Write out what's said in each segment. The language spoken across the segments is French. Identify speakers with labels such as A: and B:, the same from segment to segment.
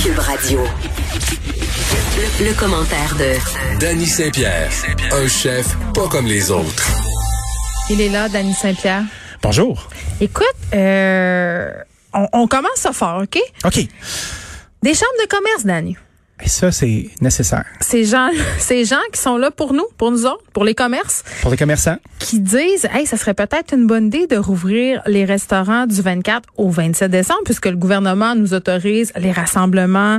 A: Cube Radio. Le, le commentaire de
B: Danny Saint-Pierre, un chef pas comme les autres.
C: Il est là, Danny Saint-Pierre.
D: Bonjour.
C: Écoute, euh, on, on commence ça fort, OK?
D: OK.
C: Des chambres de commerce, Danny.
D: Et ça, c'est nécessaire.
C: Ces gens, ces gens qui sont là pour nous, pour nous autres, pour les commerces,
D: Pour les commerçants,
C: qui disent, hey, ça serait peut-être une bonne idée de rouvrir les restaurants du 24 au 27 décembre, puisque le gouvernement nous autorise les rassemblements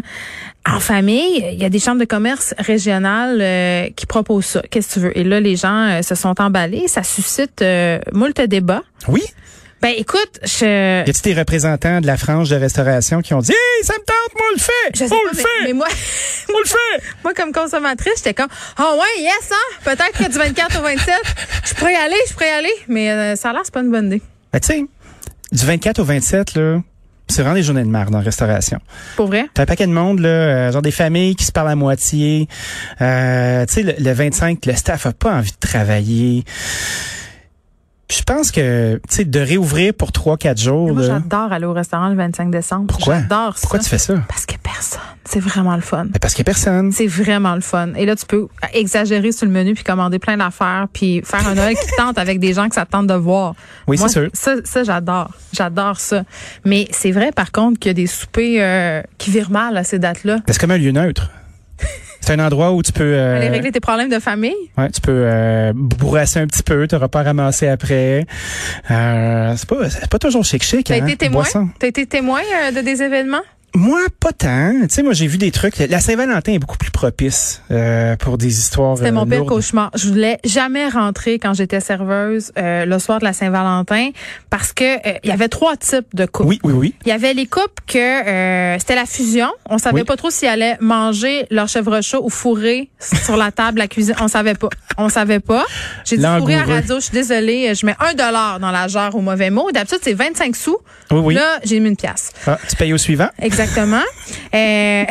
C: en famille. Il y a des chambres de commerce régionales euh, qui proposent ça. Qu'est-ce que tu veux? Et là, les gens euh, se sont emballés. Ça suscite euh, moult débats.
D: oui.
C: Ben, écoute, je...
D: Y a-t-il des représentants de la frange de restauration qui ont dit hey, ça me tente, moi le
C: Je
D: fais,
C: sais
D: moi
C: pas,
D: le
C: mais-
D: fait,
C: mais moi,
D: moi le fait.
C: Moi, comme consommatrice, j'étais comme, ah ouais, yes, hein? Peut-être que du 24 au 27, je pourrais y aller, je pourrais y aller. Mais euh, ça a l'air, c'est pas une bonne idée.
D: Ben, tu sais, du 24 au 27 là, c'est vraiment des journées de marde en restauration.
C: Pour vrai?
D: T'as un paquet de monde là, euh, genre des familles qui se parlent à moitié. Euh, tu sais, le, le 25, le staff a pas envie de travailler. Puis Je pense que, tu sais, de réouvrir pour 3-4 jours.
C: Moi,
D: là,
C: j'adore aller au restaurant le 25 décembre.
D: pourquoi?
C: J'adore ça.
D: Pourquoi tu fais ça?
C: Parce que personne. C'est vraiment le fun.
D: Ben, parce qu'il y a personne.
C: C'est vraiment le fun. Et là, tu peux exagérer sur le menu puis commander plein d'affaires puis faire un Noël qui te tente avec des gens que ça te tente de voir.
D: Oui,
C: Moi,
D: c'est sûr.
C: Ça, ça j'adore. J'adore ça. Mais c'est vrai, par contre, qu'il y a des soupers euh, qui virent mal à ces dates-là.
D: C'est comme un lieu neutre. C'est un endroit où tu peux, euh,
C: Aller régler tes problèmes de famille?
D: ouais, tu peux euh, bourrasser un petit peu, t'auras pas ramassé après. Euh, c'est pas, c'est pas toujours chic chic.
C: T'as
D: hein,
C: été témoin?
D: boisson.
C: T'as été témoin euh, de des événements?
D: Moi, pas tant. Tu sais, moi j'ai vu des trucs. La Saint-Valentin est beaucoup plus propice euh, pour des histoires.
C: C'était
D: euh,
C: mon pire
D: lourdes.
C: cauchemar. Je voulais jamais rentrer quand j'étais serveuse euh, le soir de la Saint-Valentin parce que euh, il y avait trois types de couples.
D: Oui, oui, oui.
C: Il y avait les couples que euh, c'était la fusion. On savait
D: Oui.
C: pas trop s'ils allaient manger leur chèvre chaud ou fourrer sur la table, la cuisine. On savait pas. On savait pas. J'ai dit fourrer à
D: Langoureux.
C: radio. Je suis désolée. Je mets un dollar dans la jarre au mauvais mot. D'habitude, c'est 25 sous.
D: Oui, oui.
C: Là, j'ai mis une pièce.
D: Ah, tu payes au suivant.
C: Exactement. Euh,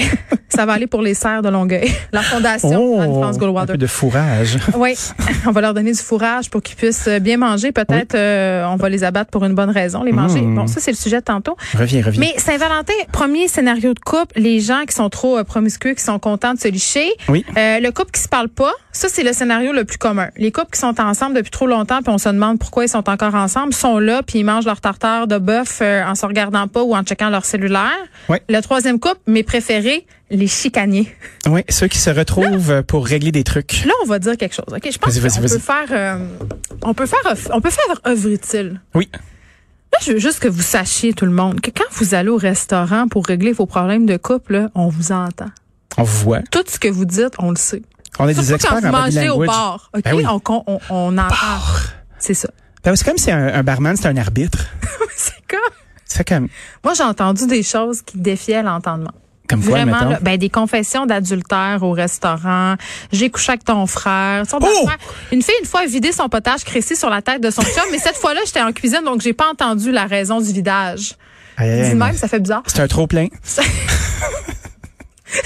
C: ça va aller pour les serres de Longueuil. La fondation France
D: Oh! un
C: Goldwater.
D: peu de fourrage.
C: Oui, on va leur donner du fourrage pour qu'ils puissent euh, bien manger. Peut-être euh, on va les abattre pour une bonne raison, les manger.
D: Mmh.
C: Bon, ça, c'est le sujet de tantôt.
D: Reviens, reviens.
C: Mais Saint-Valentin, premier scénario de couple, les gens qui sont trop euh, promiscueux, qui sont contents de se licher.
D: Oui.
C: Euh, le couple qui se parle pas, ça c'est le scénario le plus commun. Les couples qui sont ensemble depuis trop longtemps, puis on se demande pourquoi ils sont encore ensemble, sont là, puis ils mangent leur tartare de bœuf euh, en se regardant pas ou en checkant leur cellulaire.
D: Oui.
C: Le troisième couple, mes préférés, les chicaniers.
D: Oui, ceux qui se retrouvent euh, pour régler des trucs.
C: Là, on va dire quelque chose. Ok, je pense
D: Vas-y, vas-y,
C: qu'on peut
D: vas-y.
C: faire, euh, on peut faire, oeuf- on peut faire œuvre utile.
D: Oui.
C: Là, je veux juste que vous sachiez tout le monde que quand vous allez au restaurant pour régler vos problèmes de couple, là, on vous entend.
D: On voit.
C: Tout ce que vous dites, on le sait.
D: On est des
C: Surtout
D: experts
C: quand vous
D: en body
C: mangez au
D: language.
C: bar, ok,
D: Ben oui.
C: on, con- on, on entend. C'est ça.
D: Ben, c'est comme si un, un barman, c'est un arbitre.
C: C'est comme.
D: C'est comme,
C: Moi, j'ai entendu des choses qui défiaient l'entendement.
D: comme quoi,
C: Vraiment,
D: mettons?
C: là, ben, des confessions d'adultère au restaurant. J'ai couché avec ton frère. Sorte
D: Oh!
C: d'affaires. Une fille, une fois, a vidé son potage cressé sur la tête de son chum, mais cette fois-là, j'étais en cuisine, donc j'ai pas entendu la raison du vidage.
D: Aïe, aïe, aïe,
C: Dis
D: Eh, mais
C: même, ça fait bizarre.
D: C'est un trop-plein.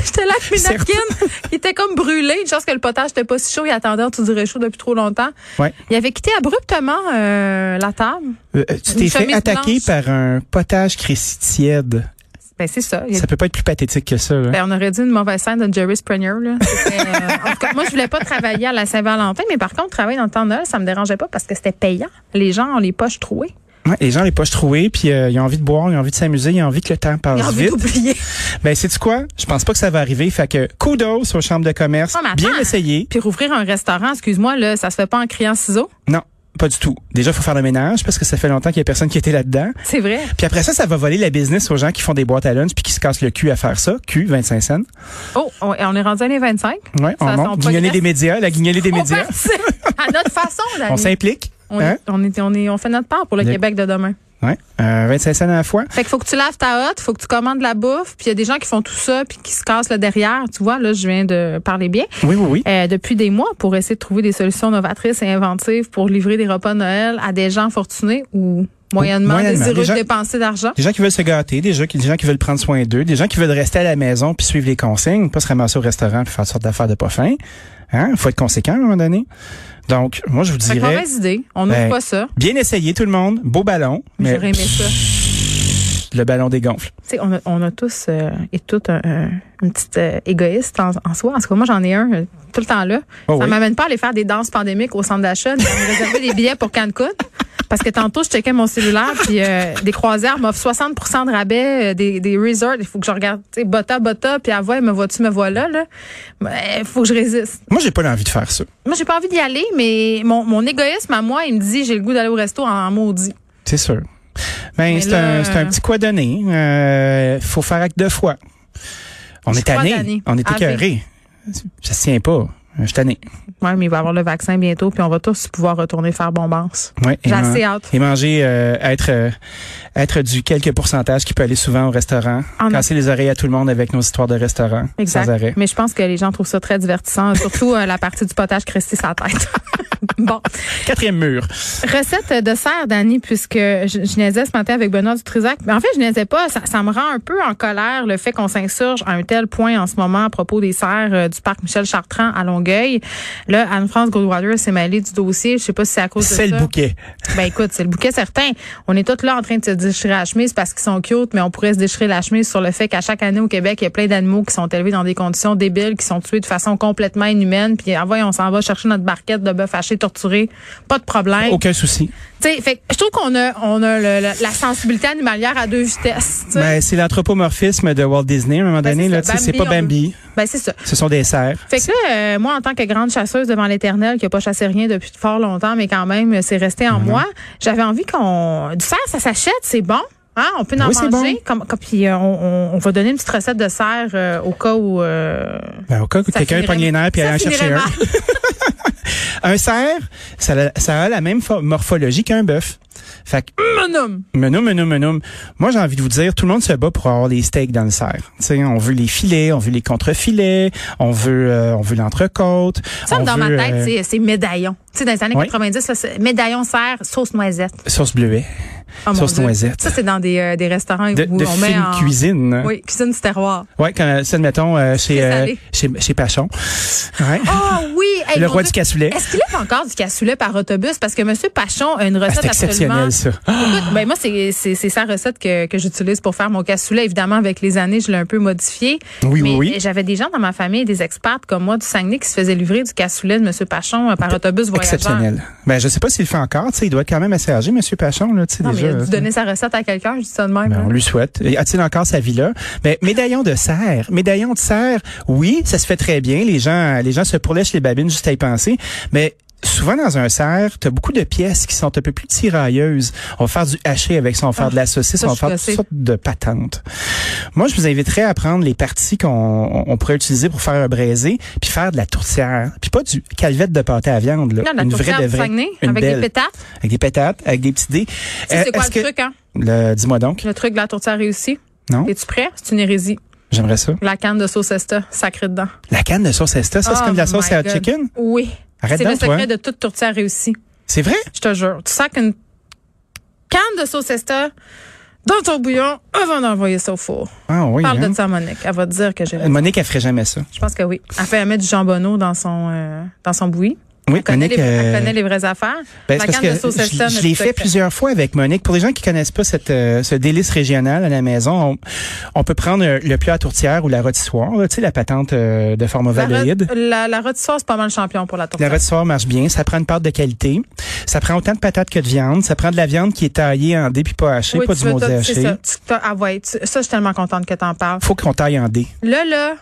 C: J'étais là avec mes
D: Certes.
C: napkins. Il était comme brûlé. Une chance que le potage était pas si chaud. Il attendait en dessous du réchaud depuis trop longtemps.
D: Ouais.
C: Il avait quitté abruptement euh, la table.
D: Euh, euh, tu
C: Une
D: t'es fait
C: chemise
D: attaquer
C: blanche.
D: par un potage créci tiède.
C: Ben, c'est ça. Il a-
D: Ça peut pas être plus pathétique que ça. là.
C: Ben, on aurait dit une mauvaise scène de Jerry Springer. Là. C'était, euh, en tout cas, moi, je voulais pas travailler à la Saint-Valentin, mais par contre, travailler dans le temps de Noël, ça me dérangeait pas parce que c'était payant. Les gens ont les poches trouées.
D: Ouais, les gens les poches trouées, puis euh, ils ont envie de boire, ils ont envie de s'amuser, ils ont envie que le temps passe
C: Ils ont envie
D: vite.
C: d'oublier.
D: Ben c'est tu quoi Je pense pas que ça va arriver. Fait que kudos aux chambres de commerce,
C: Non, Oh, mais attends.
D: bien essayé.
C: Puis rouvrir un restaurant, excuse-moi, là, ça se fait pas en criant ciseaux.
D: Non, pas du tout. Déjà faut faire le ménage parce que ça fait longtemps qu'il y a personne qui était là-dedans.
C: C'est vrai.
D: Puis après ça, ça va voler la business aux gens qui font des boîtes à lunch puis qui se cassent le cul à faire ça. Q 25 cents.
C: Oh, on on est rendu à les 25.
D: Ouais,
C: Ça,
D: on
C: ça, on
D: monte. Guignolée
C: progresse.
D: des médias, la guignolée des
C: On
D: médias.
C: participe à notre façon,
D: On
C: Dani.
D: s'implique.
C: On,
D: hein?
C: on, est, on, est, on fait notre part pour le
D: Il y a-
C: Québec de demain.
D: Ouais, euh, 25 cents à la fois.
C: Fait qu'il faut que tu laves ta hotte, faut que tu commandes la bouffe, puis il y a des gens qui font tout ça puis qui se cassent le derrière, tu vois, là je viens de parler bien.
D: Oui, oui, oui.
C: Euh, depuis des mois pour essayer de trouver des solutions novatrices et inventives pour livrer des repas de Noël à des gens fortunés ou moyennement,
D: moyennement,
C: désireux
D: des gens-
C: de dépenser d'argent.
D: Des gens qui veulent se gâter, des gens, qui- des gens qui veulent prendre soin d'eux, des gens qui veulent rester à la maison puis suivre les consignes, pas se ramasser au restaurant puis faire sorte d'affaires de pas fin. Hein? Faut être conséquent à un moment donné. Donc, moi, je vous
C: Fait que
D: dirais,
C: mauvaise idée, on n'ouvre
D: Ben,
C: pas ça.
D: bien essayé tout le monde, beau ballon, mais
C: J'aurais aimé ça.
D: le ballon dégonfle.
C: Tu sais, on a, on a tous euh, et toutes un, un- une petite euh, égoïste en, en soi. En tout cas, moi, j'en ai un euh, tout le temps là.
D: Oh
C: ça
D: oui.
C: m'amène pas à aller faire des danses pandémiques au centre d'achat, ni à me réserver des billets pour Cancun. Parce que tantôt, je checkais mon cellulaire, puis euh, des croisières m'offrent 60 de rabais, euh, des, des resorts. Il faut que je regarde, tu sais, bota, bota, puis à voix, me vois-tu, me voilà, là. Il faut que je résiste.
D: Moi, j'ai pas l'envie de faire ça.
C: Moi, j'ai pas envie d'y aller, mais mon, mon égoïsme à moi, il me dit, j'ai le goût d'aller au resto en maudit.
D: C'est sûr. Mais
C: Mais
D: c'est
C: là,
D: un, c'est un petit quoi donné. Euh, faut faire acte de foi. On
C: Je
D: est
C: crois
D: tanné.
C: tanné.
D: On est
C: Ah,
D: écœuré. Ça se tient pas. Je suis tanné.
C: Ouais, mais il va y avoir le vaccin bientôt, puis on va tous pouvoir retourner faire bombance.
D: Ouais, et
C: J'ai
D: man-
C: assez hâte.
D: Et manger, euh, être, euh, être du quelques pourcentage qui peut aller souvent au restaurant.
C: En-
D: casser les oreilles à tout le monde avec nos histoires de restaurant.
C: Ah, Exact.
D: Sans arrêt.
C: Mais je pense que les gens trouvent ça très divertissant, surtout euh, la partie du potage crestée sa tête. bon,
D: Quatrième mur.
C: recette de serre, Dani, puisque je, je niaisais ce matin avec Benoît Dutrisac. Mais en fait, je niaisais pas. Ça, ça me rend un peu en colère le fait qu'on s'insurge à un tel point en ce moment à propos des serres euh, du parc Michel Chartrand à Longueuil. Là, Anne-France Goldwater s'est mêlée du dossier. Je sais pas si c'est à cause de ça.
D: C'est le bouquet.
C: Ben écoute, c'est le bouquet certain. On est tous là en train de se déchirer la chemise parce qu'ils sont cute, mais on pourrait se déchirer la chemise sur le fait qu'à chaque année au Québec, il y a plein d'animaux qui sont élevés dans des conditions débiles, qui sont tués de façon complètement inhumaine. Puis ah ouais, on s'en va chercher notre barquette de bœuf haché torturé, pas de problème.
D: Aucun souci.
C: Tu sais, fait que je trouve qu'on a on a le- le- la sensibilité animalière à deux vitesses. tu sais.
D: Ben, c'est l'anthropomorphisme de Walt Disney à un moment
C: Ben,
D: donné.
C: c'est
D: là,
C: ça.
D: tu sais, C'est
C: Bambi,
D: pas
C: on-
D: Bambi.
C: ben c'est ça.
D: Ce sont des cerfs.
C: Fait que là, euh, moi, en tant que grande chasseuse devant l'éternel, qui a pas chassé rien depuis fort longtemps, mais quand même, euh, c'est resté
D: Mhm.
C: en moi, j'avais envie qu'on... Du cerf, ça s'achète, c'est bon. Hein, on peut en
D: Oui, c'est
C: manger. Comme, comme- puis euh, on, on- on va donner une petite recette de serre euh, au cas où... euh,
D: Ben, au cas où
C: ça
D: quelqu'un
C: finirait-
D: pogne les nerfs puis
C: ça
D: aller en
C: finirait
D: chercher un.
C: mal.
D: Un cerf, ça, a- ça a la même fo- morphologie qu'un bœuf. Fait que,
C: Monum.
D: menoum, menoum, menoum. Moi, j'ai envie de vous dire, tout le monde se bat pour avoir les steaks dans le cerf. Tu sais, on veut les filets, on veut les contrefilets, on veut, euh, on veut l'entrecôte.
C: Ça,
D: on
C: dans
D: veut,
C: ma tête,
D: euh,
C: c'est- c'est médaillon. Tu sais, dans les années
D: Oui.
C: 90, là, c'est médaillon serre, sauce noisette.
D: Sauce bleuet,
C: Oh, mon
D: sauce
C: Dieu.
D: noisette.
C: Ça, c'est dans des, euh, des restaurants
D: de,
C: où
D: de
C: on met
D: fine
C: en...
D: cuisine.
C: Oui, cuisine du terroir.
D: Ouais, quand, ça, admettons, euh, chez,
C: Très
D: euh,
C: salé.
D: chez, chez Pachon. Ouais.
C: Ah oui! Hey,
D: Le
C: mon
D: roi
C: Dieu.
D: du cassoulet.
C: Est-ce qu'il lève encore du cassoulet par autobus? Parce que M. Pachon a une
D: Ah,
C: recette
D: c'est exceptionnel,
C: absolument...
D: ça. Ah,
C: Écoute, ben moi, c'est c'est- c'est sa recette que, que j'utilise pour faire mon cassoulet. Évidemment, avec les années, je l'ai un peu modifié.
D: Oui, oui,
C: Mais
D: oui.
C: J'avais des gens dans ma famille, des experts comme moi du Saguenay, qui se faisaient livrer du cassoulet de M. Pachon euh, par autobus voyageur.
D: Exceptionnel. Ben, je sais pas s'il le fait encore, tu sais, il doit être quand même assez âgé, Monsieur Pachon, là, tu sais,
C: Non, mais il
D: déjà. euh,
C: a
D: là,
C: dû
D: ça.
C: donner sa recette à quelqu'un, je dis ça de même.
D: Ben,
C: là.
D: on lui souhaite. Et A-t-il encore sa vie-là? Ben, médaillon de serre. Médaillon de serre, oui, ça se fait très bien. Les gens, les gens se pourlèchent les babines juste à y penser. Mais souvent, dans un serre, t'as beaucoup de pièces qui sont un peu plus tirailleuses. On va faire du haché avec ça, on va faire de la saucisse,
C: Ah, ça,
D: on va
C: je
D: faire
C: le
D: toutes
C: sais.
D: sortes de patentes. Moi, je vous inviterais à prendre les parties qu'on on- on pourrait utiliser pour faire un braisé, puis faire de la tourtière. Puis pas du calvette de pâté à viande, là.
C: Regarde la
D: une vraie
C: tourtière
D: de
C: du
D: vraie.
C: Saguenay,
D: Une
C: avec
D: belle.
C: des pétards.
D: Avec des pétates, avec des petits dés.
C: Tu sais,
D: Euh,
C: c'est quoi
D: est-ce
C: le
D: que-
C: truc, hein?
D: Le- Dis-moi donc.
C: Le truc de la tourtière réussie.
D: Non?
C: Es-tu prêt? C'est une hérésie.
D: J'aimerais ça.
C: La canne de sauce Esta, sacrée dedans.
D: La canne de sauce Esta, ça, c'est
C: Oh
D: comme de la sauce
C: my
D: à hot
C: God.
D: chicken?
C: Oui.
D: Arrête
C: C'est le
D: donc, toi.
C: secret de toute tourtière réussie.
D: C'est vrai?
C: Je te jure. Tu sacs une canne de sauce Esta dans ton bouillon avant d'envoyer ça au four.
D: Ah oui.
C: Parle
D: hein? Euh,
C: de ça à Monique. Elle va te dire que j'ai raison.
D: Monique, elle ferait jamais ça.
C: Je pense que oui. Elle fait elle met du jambonneau dans son euh, dans son bouilli.
D: Oui,
C: Elle connaît,
D: Monique.
C: les, elle
D: euh,
C: connaît les vraies affaires.
D: ben,
C: La
D: c'est parce
C: canne
D: que
C: de sauce
D: je,
C: Esta,
D: je
C: ne
D: l'ai
C: se
D: fait
C: fait.
D: plusieurs fois avec Monique. Pour les gens qui connaissent pas cette, euh, ce délice régional à la maison, on, on peut prendre euh, le plat à tourtière ou la rôtissoire, là, tu sais, la patente euh, de forme
C: La,
D: ovaloïde.
C: rot- la, la rôtissoire, c'est pas mal le champion pour la
D: La
C: tourtière.
D: rôtissoire marche bien, ça prend une pâte de qualité, ça prend autant de patates que de viande, ça prend de la viande qui est taillée en dés puis pas hachée,
C: oui,
D: pas
C: tu
D: du
C: veux
D: maudit
C: tout- c'est
D: haché.
C: ça. Tu- t'as- ah ouais, tu- ça, je suis tellement contente que t'en parles.
D: Faut qu'on taille en dés.
C: Là, là,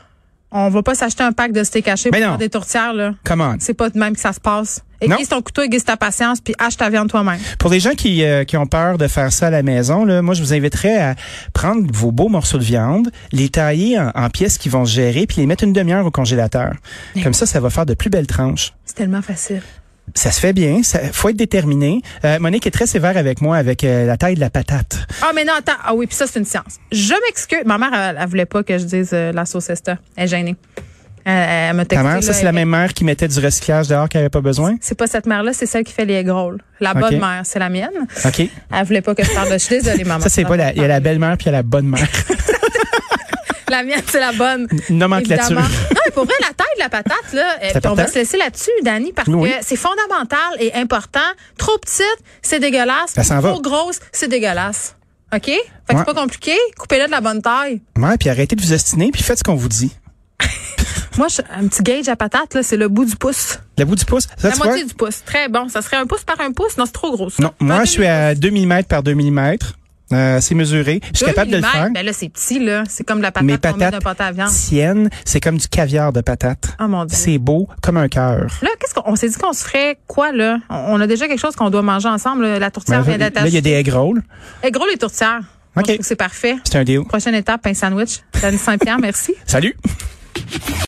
C: on va pas s'acheter un pack de steak haché
D: Ben
C: pour
D: non.
C: faire des tourtières, là.
D: Come on.
C: C'est pas de même que ça se passe.
D: Non.
C: Aiguise ton couteau, aiguise ta patience, puis hache ta viande toi-même.
D: Pour les gens qui, euh, qui ont peur de faire ça à la maison, là, moi, je vous inviterais à prendre vos beaux morceaux de viande, les tailler en, en pièces qui vont se gérer, puis les mettre une demi-heure au congélateur. Comme ça, ça va faire de plus belles tranches.
C: C'est tellement facile.
D: ça se fait bien, ça faut être déterminé. Euh, Monique est très sévère avec moi avec euh, la taille de la patate.
C: Ah, mais non, attends. Ah oui, puis ça, c'est une science. Je m'excuse. Ma mère, elle, elle voulait pas que je dise euh, la sauce Esta. Elle est gênée. Elle, elle m'a texté.
D: Ta mère,
C: là,
D: ça c'est la
C: elle-
D: même mère qui mettait du recyclage dehors qu'elle avait pas besoin.
C: C'est pas cette mère-là, c'est celle qui fait les grôles. La bonne
D: Ok.
C: mère, c'est la mienne.
D: OK.
C: Elle voulait pas que je parle de. Je suis désolée, maman.
D: Ça c'est pas la il y a la belle-mère puis il y a la bonne mère.
C: La mienne, c'est la bonne.
D: Nomenclature.
C: Évidemment. Non, mais pour vrai, la taille de la patate, là, euh,
D: C'est
C: puis on va
D: important.
C: se laisser là-dessus, Dani, parce
D: Oui, oui.
C: que c'est fondamental et important. Trop petite, c'est dégueulasse.
D: Ça s'en va.
C: Trop grosse, c'est dégueulasse. OK? Fait que
D: Ouais.
C: c'est pas compliqué. Coupez-la de la bonne taille.
D: Ouais, puis arrêtez de vous ostiner puis faites ce qu'on vous dit.
C: Moi, je- un petit gauge à patate, là, c'est le bout du pouce.
D: Le bout du pouce, ça
C: la
D: tu vois?
C: moitié du pouce. Très bon. Ça serait un pouce par un pouce. Non, c'est trop gros. ça.
D: Non, moi je suis à 2 mm par 2 mm. Euh, c'est mesuré. Je suis
C: Deux
D: capable de le
C: millimètres,
D: faire.
C: Ben là, c'est petit, là. C'est comme la
D: Mes
C: patate qu'on met
D: patates
C: d'un pâte à viande.
D: tiennent, c'est comme du caviar de patate.
C: Oh, mon Dieu.
D: C'est beau comme un cœur.
C: Là, qu'est-ce qu'on on s'est dit qu'on se ferait quoi, là? On on a déjà quelque chose qu'on doit manger ensemble. là. La tourtière vient
D: Ben, Là,
C: d'être
D: il y a des egg rolls.
C: Eh, gros, les tourtières. Moi, je
D: OK.
C: trouve que c'est parfait.
D: C'est un deal.
C: Prochaine étape, pain sandwich. Dani Saint-Pierre, merci.
D: Salut!